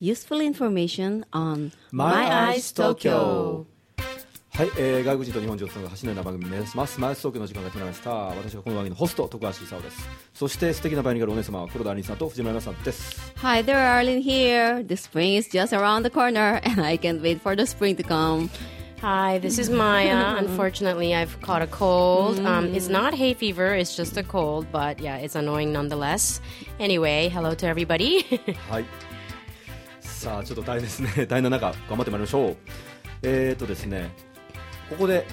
Useful information on My Eyes Tokyo. Tokyo はい、えー、外国人と日本人をつなぐ橋のような番組目指します。マイストークの時間が来ました。私がこの番組のホスト、徳橋勲です。そして素敵なバイリンガルお姉様、黒田アリンさんと藤村奈々さんです。 Hi there, Arlene here. The spring is just around the corner, and I can't wait for the spring to come. Hi, this is Maya. Unfortunately, I've caught a cold. Mm. Um, it's not hay fever, it's just a cold, but yeah, it's annoying nonetheless. Anyway, hello to everybody. はい。さあ、ちょっと大変ですね。 大変な中、頑張ってまいりましょう。えーとですね、ここで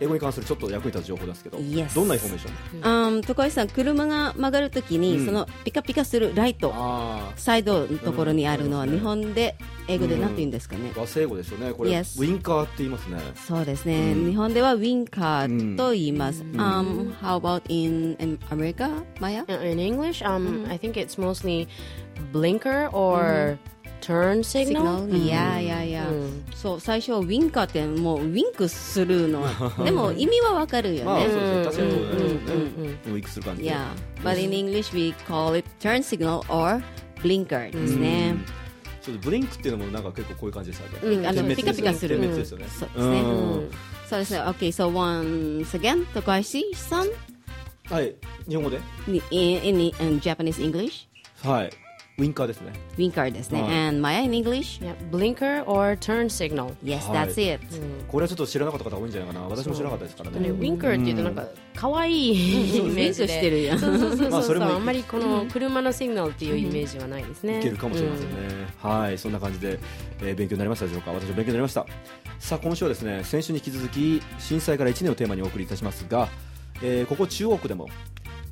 英語に関するちょっと役に立つ情報ですけど、 Yes どんなインフォメーションうん、高橋さん、車が曲がるときに、そのピカピカするライト、ああ、サイドのところにあるのは、うん日本で、英語でなんて言うんですかね。和製語ですよね。これ、 Yes ウィンカーって言いますね。そうですね、日本ではウィンカーと言います。Um, how about in in America, Maya? Uh, In English, Mm. um, I think it's mostly blinker or Mm. turn Signal? signal. Yeah, yeah, yeah. そう、最初はウィンカーってもうウィンクするの。でも意味はわかるよね。Mm. まあ、そうですね。確かにそうですよね。ウィンクする感じで。 Yeah, but in English we call it turn signal or blinker ですね。Mm. ちょっとブリンクっていうのもなんか結構こういう感じでしたね。うんあの点滅ピカピカする点滅ですよね。そうですねうんそうですね。Okay, so once again, 高橋さんはい、日本語で。に in, in, in Japanese English, はい。ウィンカーですね。 winker ですね。はい And Maya in English, Yeah, blinker or turn signal. yes, はい that's it. これはちょっと知らなかった方多いんじゃないかな。私も知らなかったですからね。 Winker っていうとなんか可愛いイメージウィンクしてるで やんそうそうそうまあそそうれそうもいいあんまりこの車のシグナルっていうイメージはないですねいけるかもしれませんね。はい、そんな感じで、えー勉強になりましたでしょうか。私も勉強になりました。さあ、今週はですね、先週に引き続き震災から1年をテーマにお送りいたしますが、えーここ中央区でも。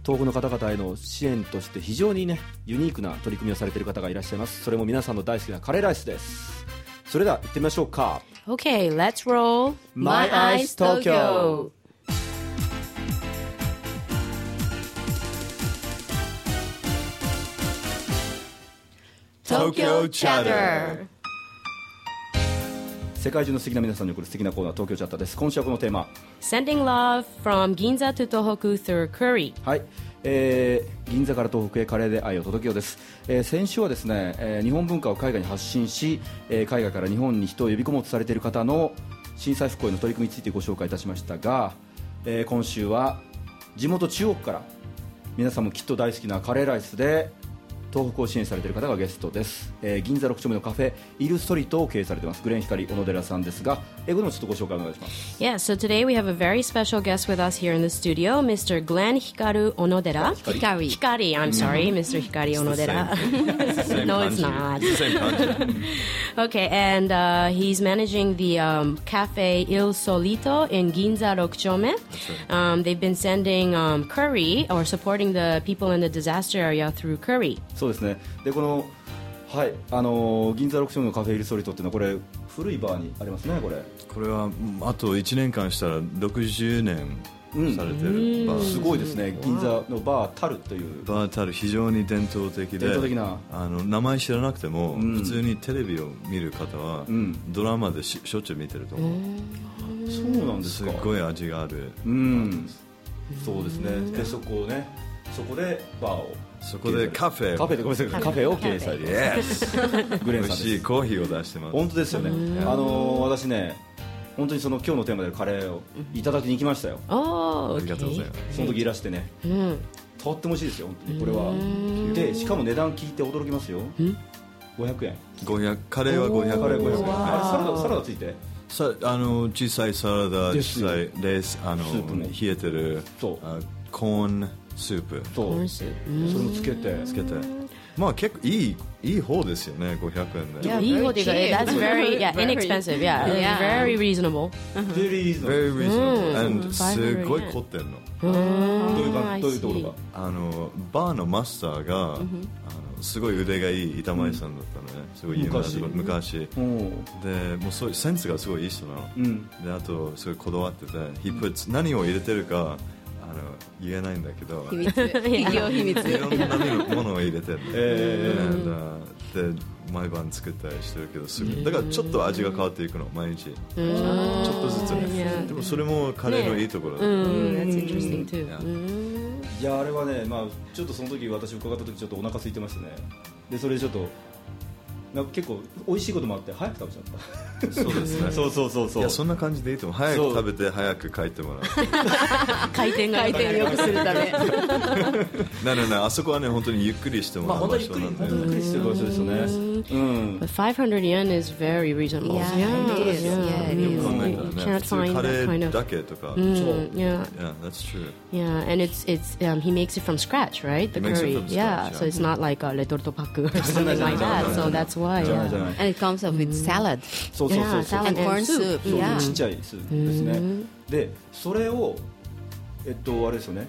東北の方々への支援として非常にねユニークな取り組みをされている方がいらっしゃいますそれも皆さんの大好きなカレーライスですそれでは行ってみましょうか Okay, let's roll My Eyes Tokyo 世界中の素敵な皆さんに送る素敵なコーナー東京チャッターです今週はこのテーマ Sending love from Ginza to Tohoku through curry はい、えー銀座から東北へカレーで愛を届けようです、えー先週はですね、えー日本文化を海外に発信し、えー海外から日本に人を呼び込もうとされている方の震災復興への取り組みについてご紹介いたしましたが、えー今週は地元中国から皆さんもきっと大好きなカレーライスで東北を支援されている方がゲストです、えー銀座6丁目のカフェイルストリートを経営されていますグレン光小野寺さんですが英語でもちょっとご紹介お願いします Yeah, so today we have a very special guest with us here in the studio, Mr. Glenn Hikaru Onodera. Hikari. Hikari, I'm sorry, Mr. Hikari Onodera. no, it's not. Same concept. Okay, and uh, he's managing the um, cafe Il Solito in Ginza Rokchome. Um, they've been sending um, curry or supporting the people in the disaster area through curry. そうですね。でこのはいあのー銀座六丁目のカフェイルソリトっていうのはこれ古いバーにありますねこれ。これはうんあと1年間したら60年されてるバー、すごいですね。銀座のバータルという。バーたる非常に伝統的で伝統的なあの名前知らなくても、普通にテレビを見る方は、ドラマでししょっちゅう見てると思そうなんうですすか。っごい味があるうん。そうですね。でそこをねそこでバーをそこでカフェカフェでごめんなさいカフェを経営されている Yes グレ美ンさんで味すしいコーヒーを出してます本当ですよね。あのー私ね本当にその今日のテーマであるカレーをいただきに行きましたよ。 Oh, ありがとうござい okay. ますその時いらしてね。とっても美味しいですよ本当にこれは。でしかも値段聞いて驚きますよ。500円。 500カレーは500カレー500円。あ円れサラダサラダついて。さあの小さいサラダで小すよさいレースあのスープも冷えてるそうあコーンスープそううんそれもつけてつけてまあ結構いいいい方ですよね500円で Yeah, very Vigo de Gaeta, cheap. That's very yeah Very- inexpensive. Yeah, it's Yeah. very reasonable. ベリーズの Very reasonable うん and 500すごい凝ってんのどういう感じ I どういうところ see. があのバーのマスターがあのすごい腕がいい板前さんだったのねすごい有名なとこ昔うんでもうそういうセンスがすごいいい人なの、んであとすごいこだわってて he puts 何を入れてるかあの言えないんだけど秘密、 企業秘密。いろんなものを入れてる、え And, uh, で毎晩作ったりしてるけどすぐだからちょっと味が変わっていくの毎日ちょっとずつねでもそれもカレーのいいところだ、 Mm, Oh, that's interesting too. Yeah. Mm. ーいやあれはねまあちょっとその時私伺った時ちょっとお腹空いてましたねでそれでちょっとなんか結構美味しいこともあって早く食べちゃったそうですねうそうそうそいやそんな感じでいいと思う早くそう食べて早く帰ってもらう回転が回転良く するためなるなるあそこはね本当にゆっくりしてもまあらう本当場にゆっ所くりな本んで、当にゆっくりしてる場所ですよねうん、 But 500 yen is very reasonable. Yeah, yeah, it is. Yeah, it You よく yeah. 考 You can't 考えたらね普通 find カレ that kind ー of. だけとか、 Mm, yeah, Yeah, that's true. yeah, and it's it's um, he makes it from scratch, right? The He makes curry, it from yeah. scratch, So yeah. it's not like a le torto paku or No, no, something no, like no, that. no, no, so no. that's why. じゃない yeah. じゃない And it comes up with salad そうそうそう Yeah, そう salad and corn and soup. soup. そう Yeah. ちっちゃいスープですねでそれをえっとあれですよね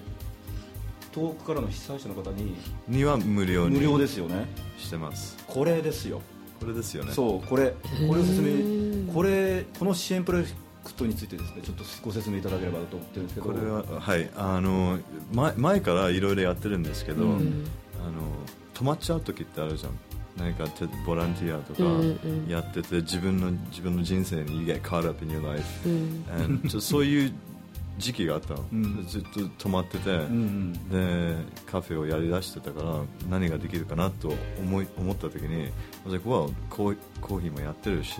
遠くからの被災者の方にには無料に無料ですよねしてますこれですよこれですよねそうこれこれを説明これこの支援プロジェクトについてですねちょっとご説明いただければと思ってるんですけどこれははいあの前前からいろいろやってるんですけど、あの止まっちゃう時ってあるじゃん何か手ボランティアとかやってて、自分の自分の人生に You get caught up in your life、And ちょそういう時期があったの、んずっと止まってて、うんでカフェをやりだしてたから何ができるかなと思い思った時に私はコーコーヒーもやってるし、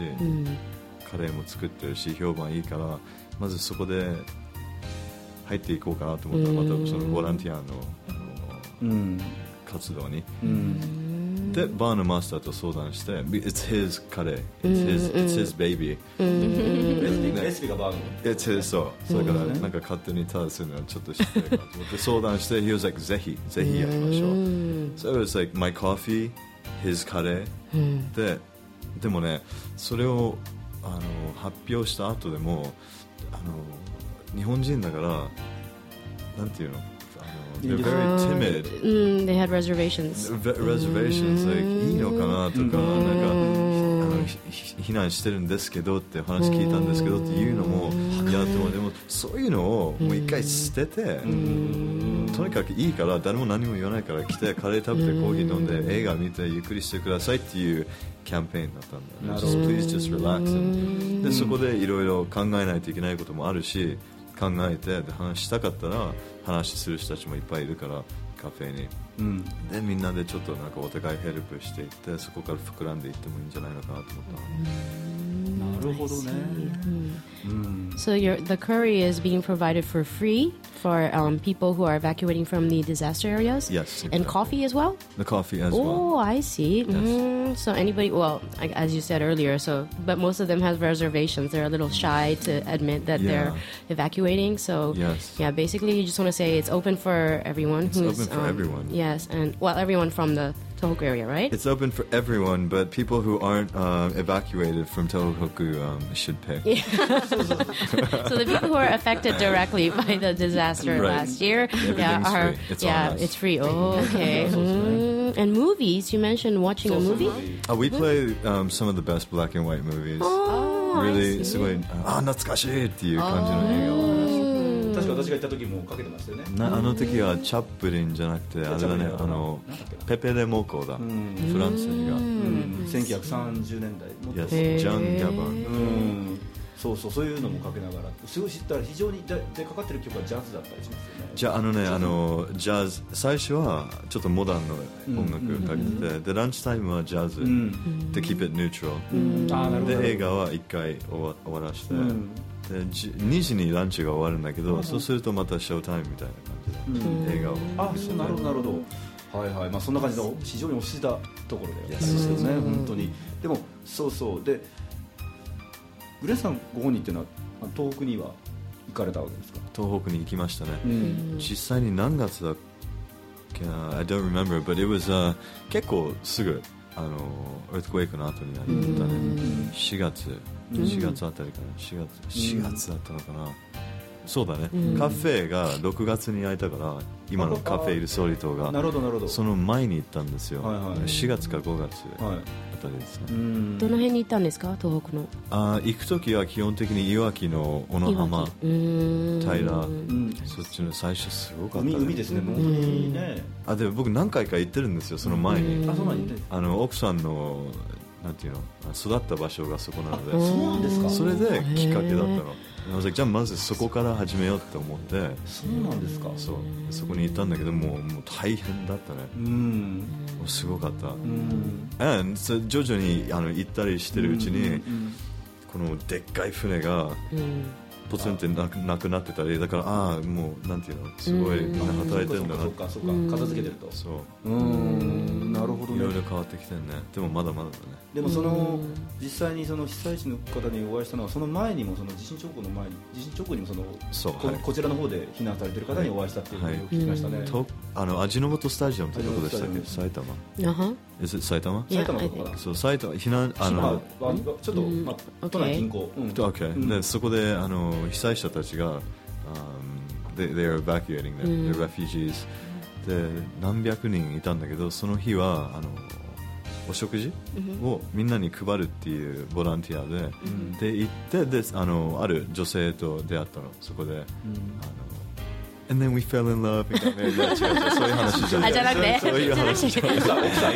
カレーも作ってるし評判いいからまずそこで入っていこうかなと思ったらまたそのボランティアのあのうんうん活動にうんでバーのマスターと相談して It's his カレー It's his, it's his baby レシピレシピがバーグ It's his そうそれからなんか勝手にただするのはちょっと失礼かと思って相談して He was like ぜひぜひやりましょう So it was like my coffee his カレーででもねそれをあの発表した後でもあの日本人だからなんていうのあのいい They're ですね very timid Mm, they had reservations. Re- reservations like いいのかなとかなんかあのひひ避難してるんですけどって話聞いたんですけどっていうのもいやでもでもそういうのをもう一回捨ててとにかくいいから誰も何も言わないから来てカレー食べてコーヒー飲んで映画見てゆっくりしてくださいっていうキャンペーンだったんだなよるねほど Just please just relax and- でそこでいろいろ考えないといけないこともあるし考えてで話したかったら話する人たちもいっぱいいるからカフェに。うんでみんなでちょっとなんかお互いヘルプしていってそこから膨らんでいってもいいんじゃないのかなと思っなた、るほどね So your the curry is being provided for free for um, people who are evacuating from the disaster areas. Yes, and exactly. coffee as well. The coffee as Oh, well I see. Mm, so anybody, well, I, as you said earlier, so but most of them have reservations. They're a little shy to admit that they're Yeah. evacuating. So Yes. yeah, basically, you just want to say it's open for everyone. It's who's, um, open for everyone. Yes, and well, everyone from the Tohoku area, right? It's open for everyone but people who aren't uh, evacuated from Tohoku um, should pay so the people who are affected directly by the disaster Right. last year, yeah, Everything's are free. It's yeah, on us. it's free. Oh, okay. Mm, and movies, you mentioned watching a movie. Uh, we play um, some of the best black and white movies Oh, I really see. すごいあ懐かしいっていう感じの映画を確か私が行った時もかけてましたよねなあの時はチャップリンじゃなくてあれだチャップリねンだあのなんだっけなペペレモコだフランス映画うん1930年代もっと Yes ジャン・ギャバンうんそうそうそういうのもかけながらすごい知ったら非常にででかかってる曲はジャズだったりしますよねじゃああのねあのジャズ最初はちょっとモダンの音楽かけてて、でランチタイムはジャズ、で Keep it neutral、あーなるほどで映画は1回終わ終わらして、んでじ2時にランチが終わるんだけど、そうするとまたショータイムみたいな感じで、映画をあそうなるほどなるほどはいはいまあそんな感じの非常に落ちたところでやったんですよね本当にでもそうそうでグレさんご本人っていうのはあの東北には行かれたわけですか東北に行きましたね、うん実際に何月だっけな I don't remember but it was、uh, 結構すぐあのエースクエイクの後になりましたね、4月4月あたりかな4月4月だったのかな、そうだね、カフェが6月に開いたから今のカフェイルソリ島ながるほどなるほどその前に行ったんですよ、はいはい4月か5月はあいたりですね、うんどの辺に行ったんですか、東北の。あー行く時は基本的にいわきの小野浜うーん。平うんそっちの最初すごかった、ね、海海ですねもう本当にねあでも僕何回か行ってるんですよその前に、あそんなに行ってんですあの奥さんのなんていうのあ育った場所がそこなのでそうなんですかそれできっかけだったの I was like じゃあまずそこから始めようって思ってそうなんですかそうそこに行ったんだけどもうもう大変だったねうんもうすごかった、うん、 And それ徐々にあの行ったりしてるうちに、うんこのでっかい船がうんポツンってなくなくなってたりだからああもうなんていうのすごいうんみんな働いてるんだなそうかそうかそうか片付けてるとそうーんなるほどういろいねろ変わってきてるねでもまだまだだねでもその実際にその被災地の方にお会いしたのはその前にもその地震直後の前に地震直後にもそのそうこはいこちらの方で避難されてる方にお会いしたっていうのをはい聞きましたね、とあの味の素スタジアムってどこでしたっ味けの素スタ埼 Uh-huh. 玉 Is it 埼玉い埼玉の方かなそう埼玉避難ああののちょっと、まあ、 OK 都内近郊、うん Okay. うんでそこであの被災者たちが、um, they, they are evacuating them,、うん they're refugees で何百人いたんだけどその日はあのお食事をみんなに配るっていうボランティアで、で行ってであのある女性と出会ったのそこで、あの And then we fell in love みたいな、いや違う違うそういう話じゃないあじゃなくてそうそうい う話じゃないさあ奥さん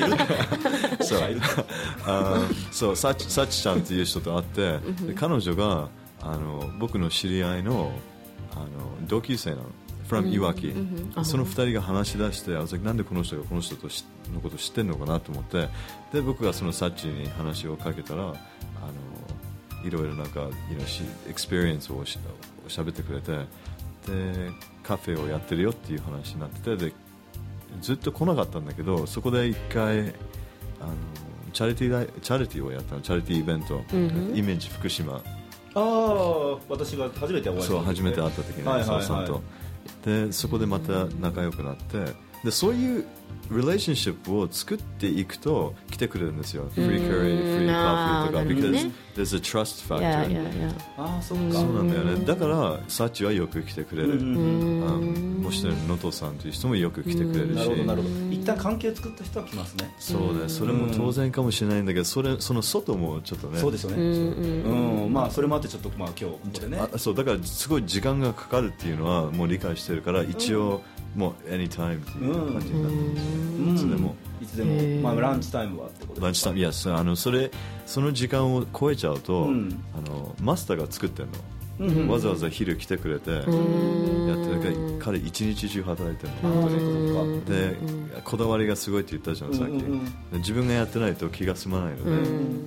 いる そうあーそうサチサチちゃんっていう人と会ってで彼女があの僕の知り合いのあの同級生なの from いわきその二人が話し出して I was like なんでこの人がこの人としのこと知ってるのかなと思ってで僕がそのサッチに話をかけたらあのいろいろなんか you know, しエクスペリエンスをししゃべってくれてでカフェをやってるよっていう話になっててでずっと来なかったんだけどそこで一回あのチャリティーだチャリティーをやったのチャリティーイベント、イメージ福島ああ私が初めてお会いしたそう初めて会った時にはいはいはい沙さんとでそこでまた仲良くなってでそういうリレーションシップを作っていくと来てくれるんですよ、フリーカレー、フリーあーカフェとか、なるほど because、ね there's a trust factor、 Yeah, yeah, yeah. ああそっかそうなんだよねだからサッチはよく来てくれる、うんあもしね能登さんという人もよく来てくれるなし、るほどなるほど一旦関係作った人は来ますねそうね、それも当然かもしれないんだけどそれその外もちょっとねそうですよねうん、まあそれもあってちょっとまあ今日ここでねあそうだからすごい時間がかかるっていうのはもう理解してるから一応もう anytime っていう感じになってますね、うんいつでもいつでもまあランチタイムはってことランですチタイムいやそうあのそれその時間を超えちゃうと、うんあのマスターが作ってるの、うんうんわざわざ昼来てくれてやってるから彼一日中働いてるの本当にそっかでこだわりがすごいって言ったじゃんさっき、うんうんうんで自分がやってないと気が済まないの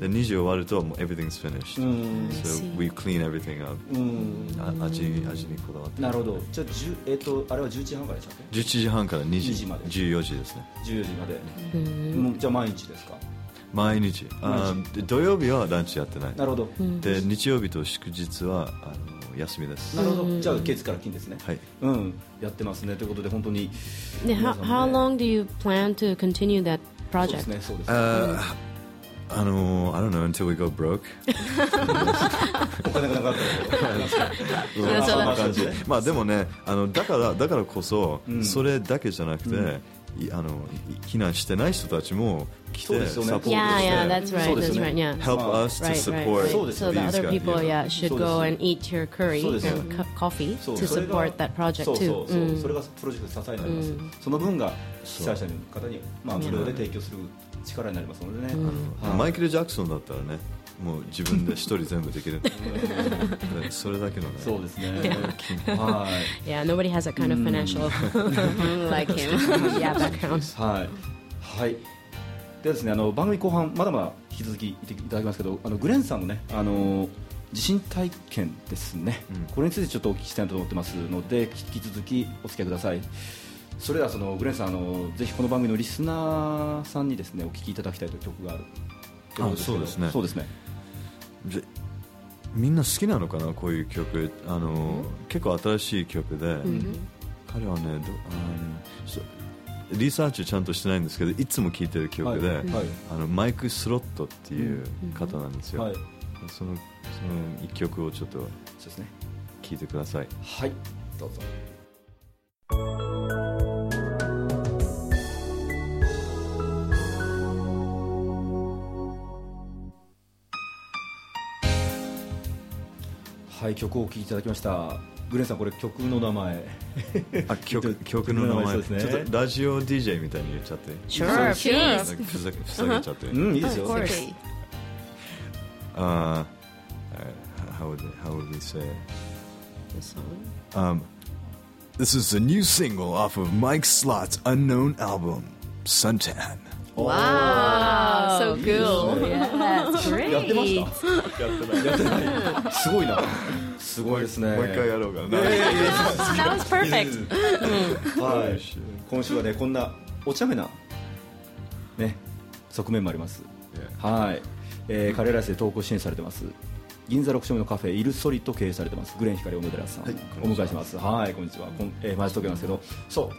で,、で2時終わるともう everything's finished、うん so we clean everything up、うんあ味に味にこだわってなるほどじゃあ10えっとあれは11時半からでしたっ11時半から2時2時まで14時ですねけ14時までうんじゃあ毎日ですか毎日あーで土曜日はランチやってないなるほどで日曜日と祝日はあの休みですなるほどじゃあ月から金ですねはいうんやってますねということで本当に Then How, how long do you plan to continue that そうです project? ねそうですねあーあのー I don't know until we go broke お金がなかったらうんそうだそんな感じまあでもねあのだからだからこそ、それだけじゃなくて、いあのい避難してない人たちも来そうてですよね サポートして Yeah, yeah, that's right, そうです that's よ right, ね yeah. help us to Right, right, support right. そうです So the these other guys, people, you know. yeah, should そうです。 go and eat your curry そうです。 and co- coffee そう to それが support that project そうそ too. うそう、 Mm. それがプロジェクトの支えになります、その分が被災者の方に、まあ、無料で提供する力になりますのでね、はいマイケル・ジャクソンだったらねもう自分で一人全部できるでそれだけのねそうですね は Yeah, nobody has that kind of financial like him. yeah, background. いはいはいではですねあの番組後半まだまだ引き続きいていただきますけどあのグレンさんのねあの地震体験ですね、これについてちょっとお聞きしたいなと思ってますので引き続きお付き合いくださいそれではそのグレンさんあのぜひこの番組のリスナーさんにですねお聞きいただきたいという曲があるといことけどあそうですねそうですねでみんな好きなのかなこういう曲あの、結構新しい曲で、彼はねどあのそリサーチちゃんとしてないんですけどいつも聴いてる曲で、はいはいあのマイク・スロットっていう方なんですよ、はいそのその一曲をちょっとそうですね聴いてくださいはいどうぞはい曲をお聴きいただきましたグレンさんこれ曲の名前あ曲曲の名前そうですねちょっとラジオ DJ みたいに言っちゃって Sure, なん please. かふざけふざけちゃって、うんいいですよ Of course. uh, uh, how would how would we say it? The song. Um, this is the new single off of Mike Slott's unknown album, Suntan. Wow, so cool. Oh, That's やってま great. したやってないすごいなすごいですねもう一回やろうかな。 That was perfect. はい今週はねこんなお茶目なね側面もありますはい、えー、カレーライスで投稿支援されてます銀座6丁目のカフェイルソリと経営されてますグレン光小野寺さん、はいお迎えしますはいこんにちはこん、えー、前東京なんですけどそう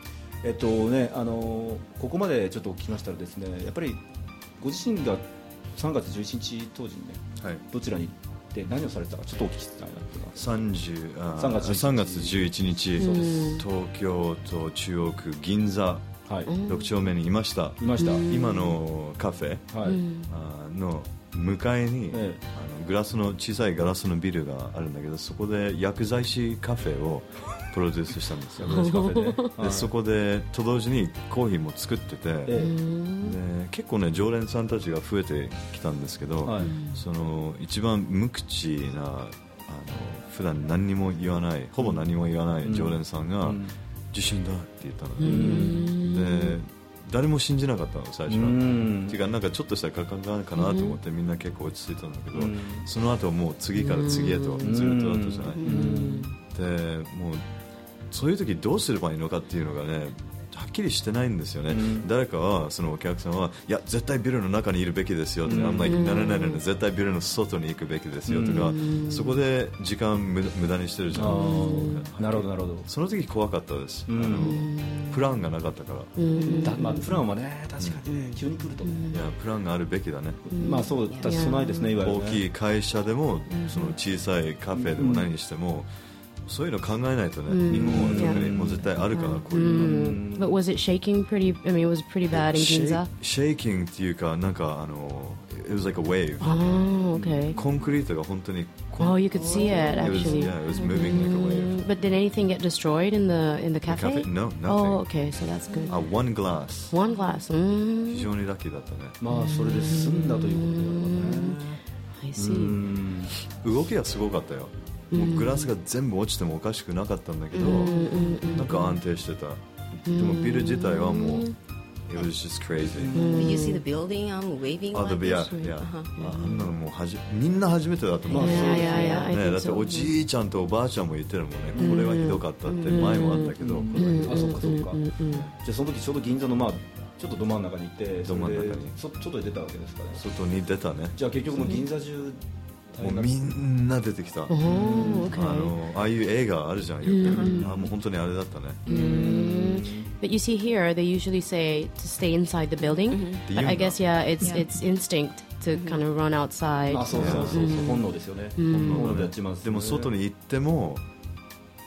えっとねあのーここまでちょっとお聞きましたらですねやっぱりご自身が3月11日当時にねはい。どちらに行って何をされてたかちょっとお聞きしたいなっていうのは三十3月11日三月十一日、東京都中央区銀座はい、六丁目にいました。いました、今のカフェはい、あの向かいに、ええあのグラスの小さいガラスのビルがあるんだけどそこで薬剤師カフ ェをプロデュースしたんですよ同じカフェではでいそこでと同時にコーヒーも作ってて、えで結構ね常連さんたちが増えてきたんですけど、はいその一番無口なあの普段何にも言わないほぼ何も言わない常連さんがうん「地震だ」って言ったので,、で誰も信じなかったの最え初は。っていうかなんかちょっとした感覚があるかなと思ってみんな結構落ち着いたんだけど、うんその後もう次から次へとずっとだったじゃない、でもうそういう時どうすればいいのかっていうのがねはっきりしてないんですよね、誰かはそのお客さんはいや絶対ビルの中にいるべきですよとか、あんまりならないので絶対ビルの外に行くべきですよとか、そこで時間無駄無駄にしてるじゃあんーなるほどなるほどその時怖かったです、んあのプランがなかったから、だまあプランはね確かにね急に来るとねいやプランがあるべきだね、まあそうだし備えですねいわゆる大ねきい会社でもその小さいカフェでも何にしても、そういうの考えないとね、日本は特にもう絶対あるから、こういうのが Mm. But was it shaking pretty? I mean, it was pretty bad in シェイ Ginza. シェイキングっていうかなんかあの it was like a wave Oh, okay. コンクリートが本当にこん Oh, you could see it it was, actually. Mm, yeah, it was moving like a wave But did anything get destroyed in the in the cafe? cafe? No, nothing. Oh, okay, so that's good. Ah, one glass One glass. Mm, 非常にラッキーだったねまあそれで済んだということであればね I see. 動きがすごかったよもうグラスが全部落ちてもおかしくなかったんだけどなんか安定してたでもビル自体はもう it was just crazy Did you see the building? I'm waving. あ like でいや this. いや Uh-huh. あんなのもうはじみんな初めてだと思う Yeah, yeah, yeah. I ね、だ think って so. おじいちゃんとおばあちゃんも言ってるもんね、これはひどかったって前もあったけど、これはひどかあっそっかそっかじゃあその時ちょうど銀座のまあちょっとど真ん中にいてど真ん中にそれでそ外に出たわけですかねた外に出たね、じゃあ結局もう銀座中もうみんな出てきた、 Oh, あ okay. のああいう映画あるじゃん、よく、あもう本当にあれだったね、 But you see here, they usually say to stay inside the building. Do But you I know? guess Mm-hmm. yeah, Mm-hmm. it's Yeah. it's instinct to kind of run outside. あそうそうそうそう本能ですよね本能でやっちまうんすねでも外に行っても、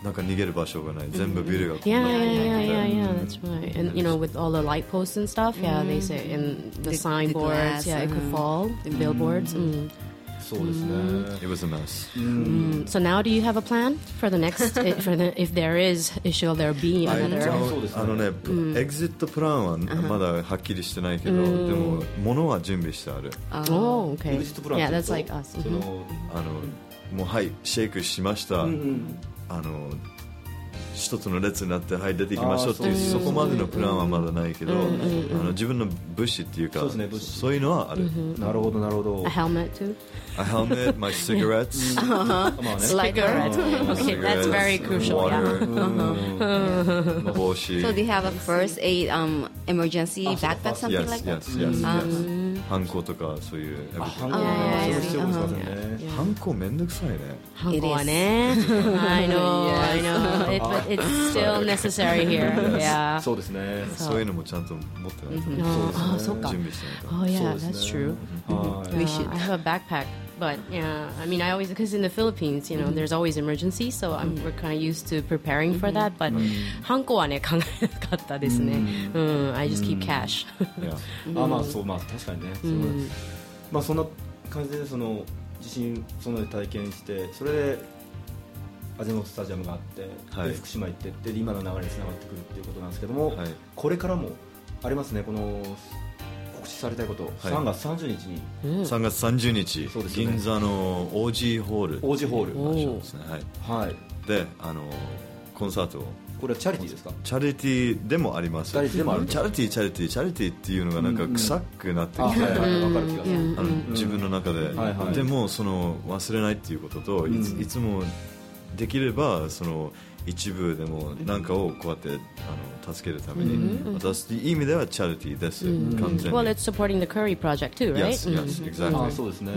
なんか逃げる場所がない、全部ビルがこんな Yeah, に yeah, yeah, なってて yeah, yeah. That's right. And you know, with all the light posts and stuff, yeah, they say and Mm-hmm. the, the signboards, glass, yeah, it could uh-huh. fall. The billboards. Mm. そうですね It was a mess. Mm. So now, do you have a plan for the next? i- for the, if there is, shall there be あ another? あそうですねのあのね、エグジットプランはまだはっきりしてないけど、でも、物は準備してある。 Oh, エ okay. グジットプランっ Yeah, ていう that's と like us. そ Mhm. のあのもうはいシェイクしました、んあの一つの列になってはい出ていきましょうっていあうーそそうこまでのプランはまだないけど、あの自分の物資っていうかそうですね物資そういうのはある、なるほどなるほど A helmet too. I helmet my cigarettes まあね Cigarette. Okay, that's very cigarettes, crucial. Yeah. water 帽子 So do you have a first aid um emergency Ah, so the backpack first- something like yes that? Um, yes yes yes ハンコとかそういうハ everything ンコあーそう必要ですからねハンコめんどくさいね It Go is. on, eh? I know, I know. It, but it's still necessary here. Yeah. そうですねそういうのもちゃんと持ってないと準 No. Oh, so 備してないと Oh, そう yeah, ですね that's true. はい We Uh, should. I have a backpack, but yeah, I mean, I always because in the Philippines, you know, there's always emergencies, so I'm, we're kind of used to preparing for Mm-hmm. that. But eh, hanko wa ne kangatta desu ne. Mm, I just keep cash. Yeah あまあそうまあ確かにね、そうまあそんな感じでその地震その体験してそれで味の素スタジアムがあって、はいで福島行ってってで今の流れにつながってくるっていうことなんですけども、はいこれからもありますねこの告知されたいこと、3月30日に Mm. 3月30日、そうですよね銀座の OG ホール王子ホール場所ですね、はい、はいであのコンサートをこれはチャリティーですかチャリティーでもありますチャリティーでもあるチャリティーチャリティーチャリティーっていうのがなんか臭くなっ てあきはいて、はいはいわかる気がするあの自分の中で、はいはいでもその忘れないっていうことと、いつうんいつもできればその一部でも何かをこうやってあの助けるために、私いい意味ではチャリティーです、完全に。 Well, it's supporting the Curry Project too, right? Yes, yes, あ exactly. そうですね、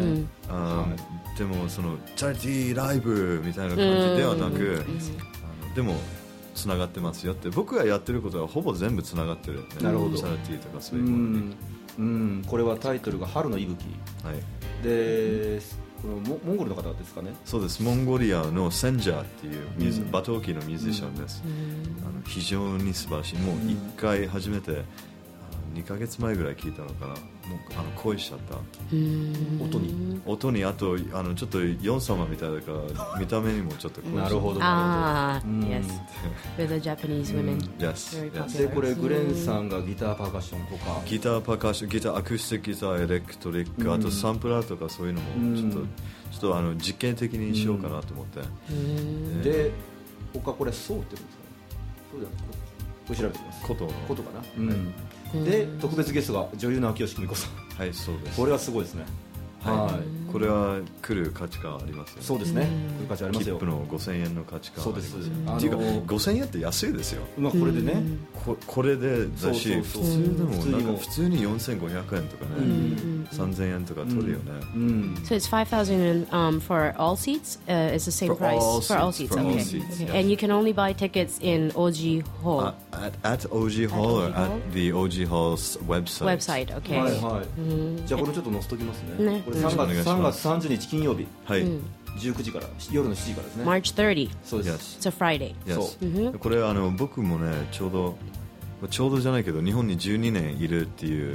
あーでもそのチャリティーライブみたいな感じではなくあのでもつながってますよって僕がやってることはほぼ全部つながってる、なるほどチャリティーとかそうういうものに、んうんこれはタイトルが「春の息吹はい、」でこのモモンゴルの方ですかねそうですモンゴリアのセンジャーっていうミュージバトーキーのミュージシャンです、あの非常に素晴らしいもう1回初めて2ヶ月前ぐらい聞いたのかなもうあの恋しちゃった音に音にあとあのちょっとヨン様みたいだから見た目にもちょっと恋しちゃったなるほど Ah, Mm. yes. With the Japanese women. Yes, Very yes. で popular. これグレンさんがギターパーカッションとかギターパーカッションギターアクスティックギターエレクトリック、あとサンプラーとかそういうのもちょっと,、うんちょっとあの実験的にしようかなと思って、Mm. で他これそうって言うんですかねそうじゃないこれ調べてみます琴のことかな、で特別ゲストが女優の秋吉久美子さんはいそうですこれはすごいですねはいはこれは来る価値観ありますよねそうですねこういう価値ありま切すよ符の5000円の価値観そうですありますよあのっていうか5000円って安いですよまあこれでねここれでだしそうそうそう普通普でも通になもんか普通に4500円とかね、3000円とか取るよね、うん、 So it's 5,000 um, for all seats. Uh, it's the same For price all for all seats, seats. for all okay. seats, Okay. yes. And you can only buy tickets in OG Hall Uh, at, at OG Hall or OG Hall? at the OG Hall's website. website. Okay. はいはいじゃあこれちょっと載せときますねねこれ3月お願いし3ま月す30日金曜日はい。 19時から夜の7時からですね March 30. そうです It's Yes. a Friday. Mm-hmm. そ Yes. これあの僕もねちょうどちょうどじゃないけど日本に12年いるっていう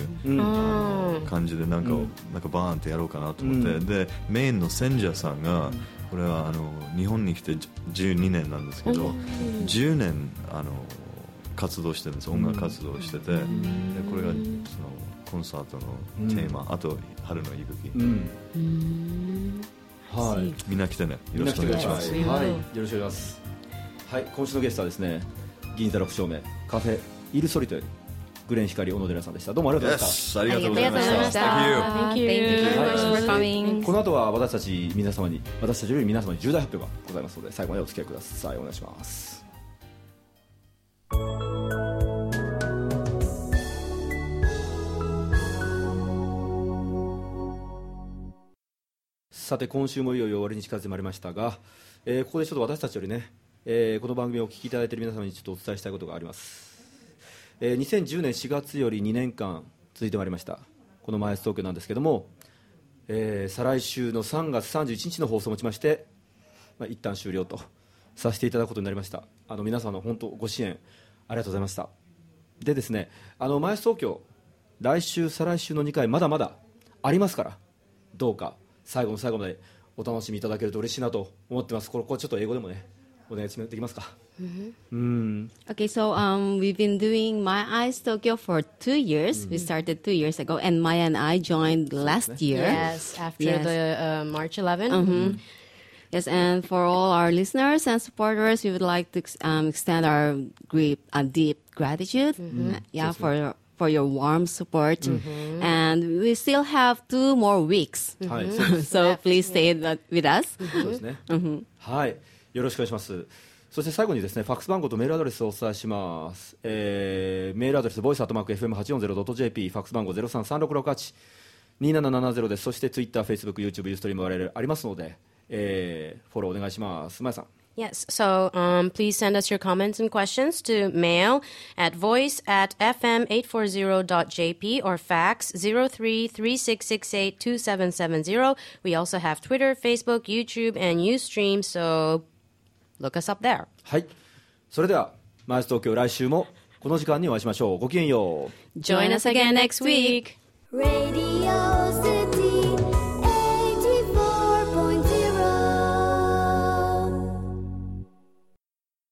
感じでなんか、なんかバーンってやろうかなと思って、でメインのセンジャーさんがこれはあの日本に来て12年なんですけど、10年あの活動してるんです音楽活動をしてて、でこれがそのコンサートのテーマ、あと春の息吹、うんはいみんな来てねよみんろなし来くておく願だいしまさすいはいよろしくお願いしますはい今週のゲストはですね銀座6丁目カフェイルソリトよりグレン光小野寺さんでしたどうもありがとうございました Yes ありがとうございましありがとうございまたした Thank you Thank you. Thank you very much for coming. この後は私たち皆様に私たちより皆様に重大発表がございますので最後までお付き合いくださいお願いしますさて今週もいよいよ終わりに近づいてまいりましたが、えーここでちょっと私たちよりね、えーこの番組をお聞きいただいている皆様にちょっとお伝えしたいことがありますえー2010年4月より2年間続いてまいりましたこのマイアス東京なんですけども、えー再来週の3月31日の放送をもちまして、まあ、一旦終了とさせていただくことになりましたあの皆さんの本当ご支援ありがとうございましたでですねあのマイアス東京来週再来週の2回まだまだありますからどうか最後の最後までお楽しみいただけると嬉しいなと思ってますこれこれちょっと英語でもねお願いできますかうん、 Okay, so um, we've been doing My Eyes Tokyo for two years. We started two years ago, and Maya and I joined last year. Yes, after Yes. the uh, March 11. Yes, and for all our listeners and supporters, we would like to ex- um, extend our great, uh, deep gratitude. Yeah, for for your warm support, and we still have two more weeks. はい、 so please stay that- with us. そうですね。はい、よろしくお願いします。そして最後にですね、ファックス番号とメールアドレスをお伝えします。えーメールアドレス、ボイスアットマーク FM840.jp、ファックス番号033668、2770です。そしてツイッター、フェイスブック、YouTube、ユーストリーム我々ありますので、えーフォローお願いします。まやさん。 Yes, so um, please send us your comments and questions to mail at voice at fm840.jp or fax 0336682770. We also have Twitter, Facebook, YouTube, and Ustream, so look us up there. はい。それでは、マイス東京来週もこの時間にお会いしましょう。ごきげんよう。 Join us again next week. Radio City.